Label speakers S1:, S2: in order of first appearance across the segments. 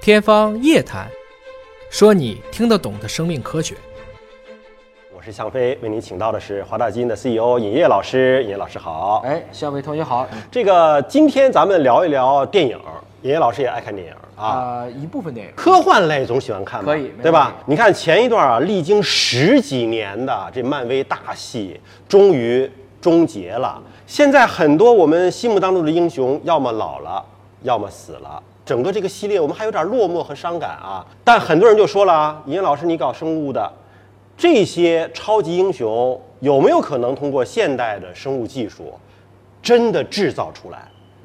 S1: 天方夜谭，说你听得懂的生命科学。
S2: 我是向飞，为您请到的是华大基因的 CEO 尹烨老师。尹烨老师好。
S3: 哎，小伟同学好。
S2: 这个今天咱们聊一聊电影，尹烨老师也爱看电影啊。
S3: 啊，一部分电影，
S2: 科幻类总喜欢看吧，
S3: 可以没问题
S2: 对吧？你看前一段啊，历经十几年的这漫威大戏终于终结了。现在很多我们心目当中的英雄，要么老了，要么死了。整个这个系列，我们还有点落寞和伤感啊。但很多人就说了啊，尹烨老师，你搞生物的，这些超级英雄有没有可能通过现代的生物技术，真的制造出来？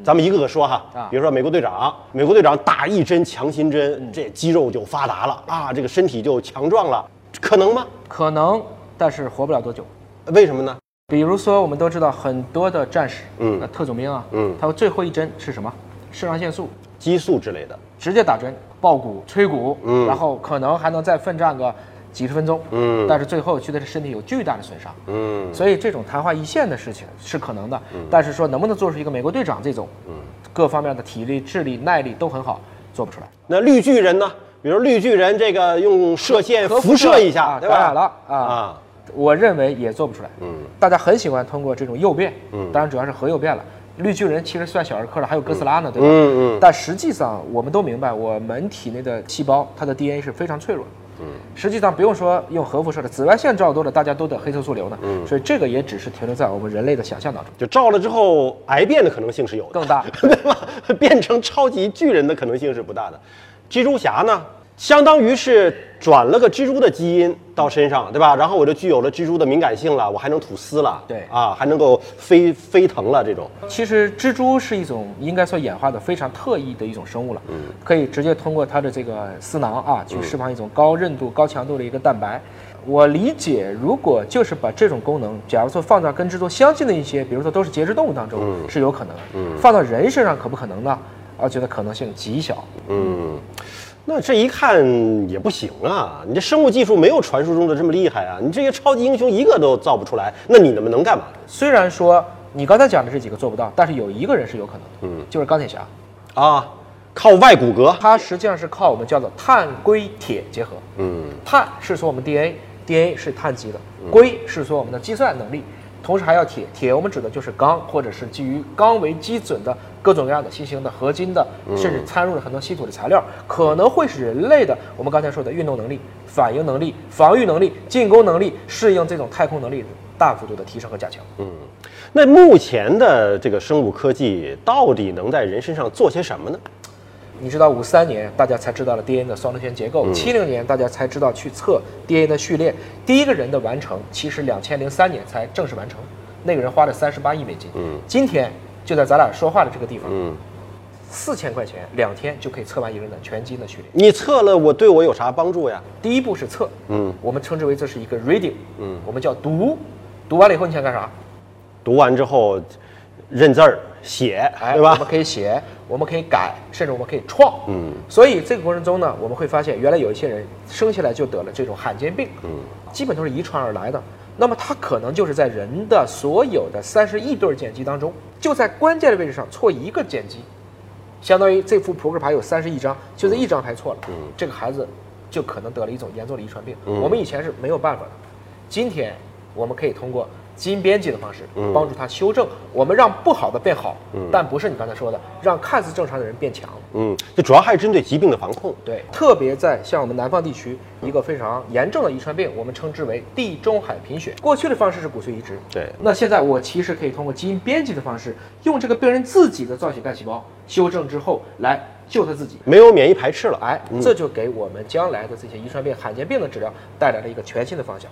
S2: 咱们一个个说哈
S3: 啊，
S2: 比如说美国队长，美国队长打一针强心针，
S3: 嗯
S2: 这肌肉就发达了啊，这个身体就强壮了，可能吗？
S3: 可能，但是活不了多久。
S2: 为什么呢？
S3: 比如说，我们都知道很多的战士，
S2: 嗯
S3: 呃特种兵啊，
S2: 嗯
S3: 他最后一针是什么？肾上腺素，
S2: 激素之类的，
S3: 直接打针，爆骨、吹骨，
S2: 嗯
S3: 然后可能还能再奋战个几十分钟，
S2: 嗯
S3: 但是最后却对身体有巨大的损伤。
S2: 嗯，
S3: 所以这种昙花一现的事情是可能的，但是说能不能做出一个美国队长这种，
S2: 嗯
S3: 各方面的体力、智力、耐力都很好，做不出来。
S2: 那绿巨人呢？比如绿巨人这个用射 线
S3: 核
S2: 辐射一下，
S3: 啊
S2: 对
S3: 感染了
S2: 吧？
S3: 啊我认为也做不出来。嗯，大家很喜欢通过这种诱变，嗯，当然主要是核诱变了。绿巨人其实算小儿科了，还有哥斯拉呢，对吧？
S2: 嗯嗯
S3: 但实际上，我们都明白，我们体内的细胞，它的 DNA 是非常脆弱的。嗯，实际上不用说用核辐射了，紫外线照多了，大家都得黑色素瘤呢。嗯，所以这个也只是停留在我们人类的想象当中，
S2: 就照了之后，癌变的可能性是有的，
S3: 更大。
S2: 对吧？ 变成超级巨人的可能性是不大的。蜘蛛侠呢，相当于是转了个蜘蛛的基因到身上，对吧？然后我就具有了蜘蛛的敏感性了，我还能吐丝了，
S3: 对
S2: 啊，还能够飞飞腾了这种。
S3: 其实蜘蛛是一种应该说演化的非常特异的一种生物了，可以直接通过它的这个丝囊啊，去释放一种高韧度、高强度的一个蛋白。我理解，如果就是把这种功能，假如说放到跟蜘蛛相近的一些，比如说都是节肢动物当中，是有可能的。放到人身上可不可能呢？我觉得可能性极小。
S2: 嗯，那这一看也不行啊！你这生物技术没有传说中的这么厉害啊！你这些超级英雄一个都造不出来，那你们能干嘛？
S3: 虽然说你刚才讲的这几个做不到，但是有一个人是有可能的，就是钢铁侠，
S2: 啊，靠外骨骼。
S3: 它实际上是靠我们叫做碳硅铁结合。
S2: 嗯
S3: 碳是说我们 DNA，DNA 是碳基的，硅是说我们的计算能力，同时还要铁，铁我们指的就是钢，或者是基于钢为基准的各种各样的新型的合金的，甚至掺入了很多稀土的材料，可能会使人类的我们刚才说的运动能力、反应能力、防御能力、进攻能力、适应这种太空能力大幅度的提升和加强。
S2: 嗯，那目前的这个生物科技到底能在人身上做些什么呢？
S3: 你知道五三年大家才知道了 DNA 的双螺旋结构，七零、年大家才知道去测 DNA 的序列。第一个人的完成，其实两千零三年才正式完成，那个人花了三十八亿美金。嗯，今天就在咱俩说话的这个地方，
S2: 嗯，
S3: 四千块钱两天就可以测完一个人的全基因的序列。
S2: 你测了我对我有啥帮助呀？
S3: 第一步是测，
S2: 嗯，
S3: 我们称之为这是一个 reading，嗯，我们叫读，读完了以后你想干啥？
S2: 读完之后认字儿写，
S3: 哎，
S2: 对
S3: 我们
S2: 吧？
S3: 可以写，我们可以改，甚至我们可以创。
S2: 嗯，
S3: 所以这个过程中呢，我们会发现原来有一些人生下来就得了这种罕见病，嗯，基本都是遗传而来的。那么它可能就是在人的所有的三十亿对儿碱基当中，就在关键的位置上错一个碱基，相当于这副扑克牌有三十一张，就这一张牌错了，这个孩子就可能得了一种严重的遗传病。我们以前是没有办法的，今天我们可以通过基因编辑的方式帮助他修正，我们让不好的变好，但不是你刚才说的让看似正常的人变强。
S2: 嗯，这主要还是针对疾病的防控。
S3: 对，特别在像我们南方地区，一个非常严重的遗传病，我们称之为地中海贫血。过去的方式是骨髓移植，
S2: 对
S3: 那现在我其实可以通过基因编辑的方式，用这个病人自己的造血干细胞修正之后来救他自己。
S2: 没有免疫排斥了，
S3: 哎，这就给我们将来的这些遗传病、罕见病的治疗带来了一个全新的方向。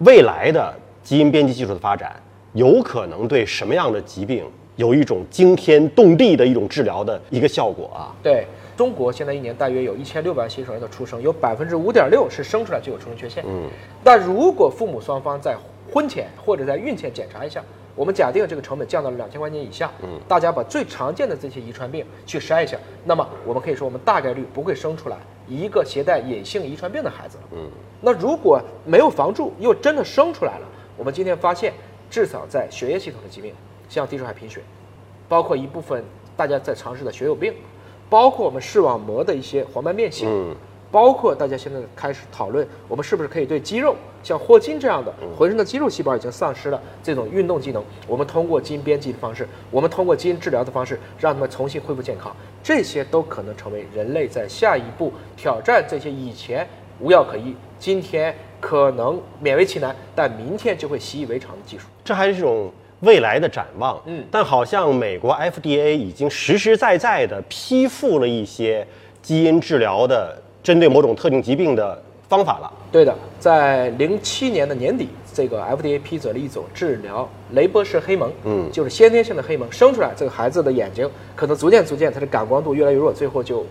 S2: 未来的基因编辑技术的发展，有可能对什么样的疾病有一种惊天动地的一种治疗的一个效果啊？
S3: 对中国现在一年大约有一千六百万新生儿的出生，有百分之五点六是生出来就有出生缺陷。嗯，但如果父母双方在婚前或者在孕前检查一下，我们假定这个成本降到了两千块钱以下，嗯，大家把最常见的这些遗传病去筛一下，那么我们可以说我们大概率不会生出来一个携带隐性遗传病的孩子了。嗯，那如果没有防住，又真的生出来了，我们今天发现，至少在血液系统的疾病，像地中海贫血，包括一部分大家在尝试的血友病，包括我们视网膜的一些黄斑变形，
S2: 嗯
S3: 包括大家现在开始讨论，我们是不是可以对肌肉，像霍金这样的浑身的肌肉细胞已经丧失了这种运动技能，我们通过基因编辑的方式，我们通过基因治疗的方式，让他们重新恢复健康，这些都可能成为人类在下一步挑战这些以前无药可医，今天可能勉为其难，但明天就会习以为常的技术。
S2: 这还是一种未来的展望。
S3: 嗯
S2: 但好像美国 FDA 已经实实在在的批复了一些基因治疗的针对某种特定疾病的方法了。
S3: 对的，在零七年的年底，这个 FDA 批准了一种治疗雷波氏黑蒙，
S2: 嗯
S3: 就是先天性的黑蒙，生出来这个孩子的眼睛可能逐渐逐渐它的感光度越来越弱，最后就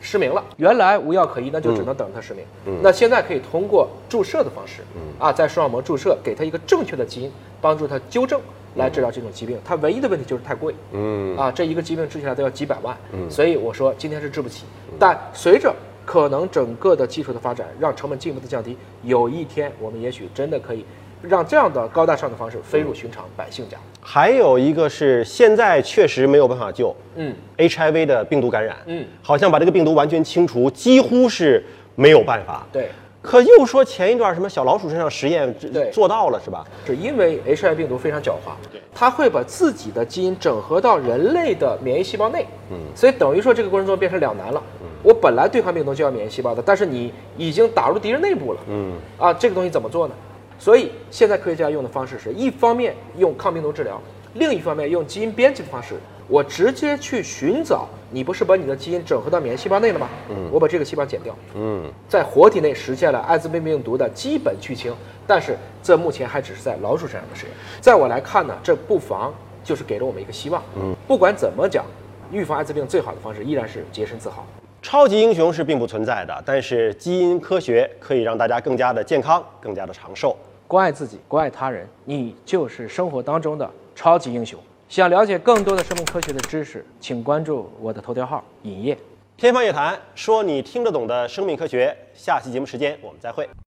S3: 失明了。原来无药可医，那就只能等它失明。那现在可以通过注射的方式，啊，在视网膜注射，给它一个正确的基因，帮助它纠正来治疗这种疾病。它唯一的问题就是太贵。
S2: 嗯，
S3: 啊，这一个疾病治起来都要几百万，所以我说今天是治不起。但随着可能整个的技术的发展，让成本进一步的降低，有一天我们也许真的可以让这样的高大上的方式飞入寻常百姓家。
S2: 还有一个是现在确实没有办法救，
S3: 嗯
S2: HIV 的病毒感染，
S3: 嗯，
S2: 好像把这个病毒完全清除几乎是没有办法。
S3: 对，
S2: 可又说前一段什么小老鼠身上实验
S3: 对
S2: 做到了是吧？
S3: 是因为 HIV 病毒非常狡猾，它会把自己的基因整合到人类的免疫细胞内，嗯，所以等于说这个过程中变成两难了。我本来对抗病毒就要免疫细胞的，但是你已经打入敌人内部了，嗯，啊，这个东西怎么做呢？所以现在科学家用的方式是一方面用抗病毒治疗，另一方面用基因编辑的方式，我直接去寻找，你不是把你的基因整合到免疫细胞内了吗？嗯，我把这个细胞剪掉，
S2: 嗯，
S3: 在活体内实现了艾滋病病毒的基本去清，但是这目前还只是在老鼠身上的实验。在我来看呢，这不妨就是给了我们一个希望。嗯，不管怎么讲，预防艾滋病最好的方式依然是洁身自好。
S2: 超级英雄是并不存在的，但是基因科学可以让大家更加的健康，更加的长寿。
S3: 关爱自己，关爱他人，你就是生活当中的超级英雄。想了解更多的生命科学的知识，请关注我的头条号“尹烨”。
S2: 天方夜谭，说你听得懂的生命科学。下期节目时间我们再会。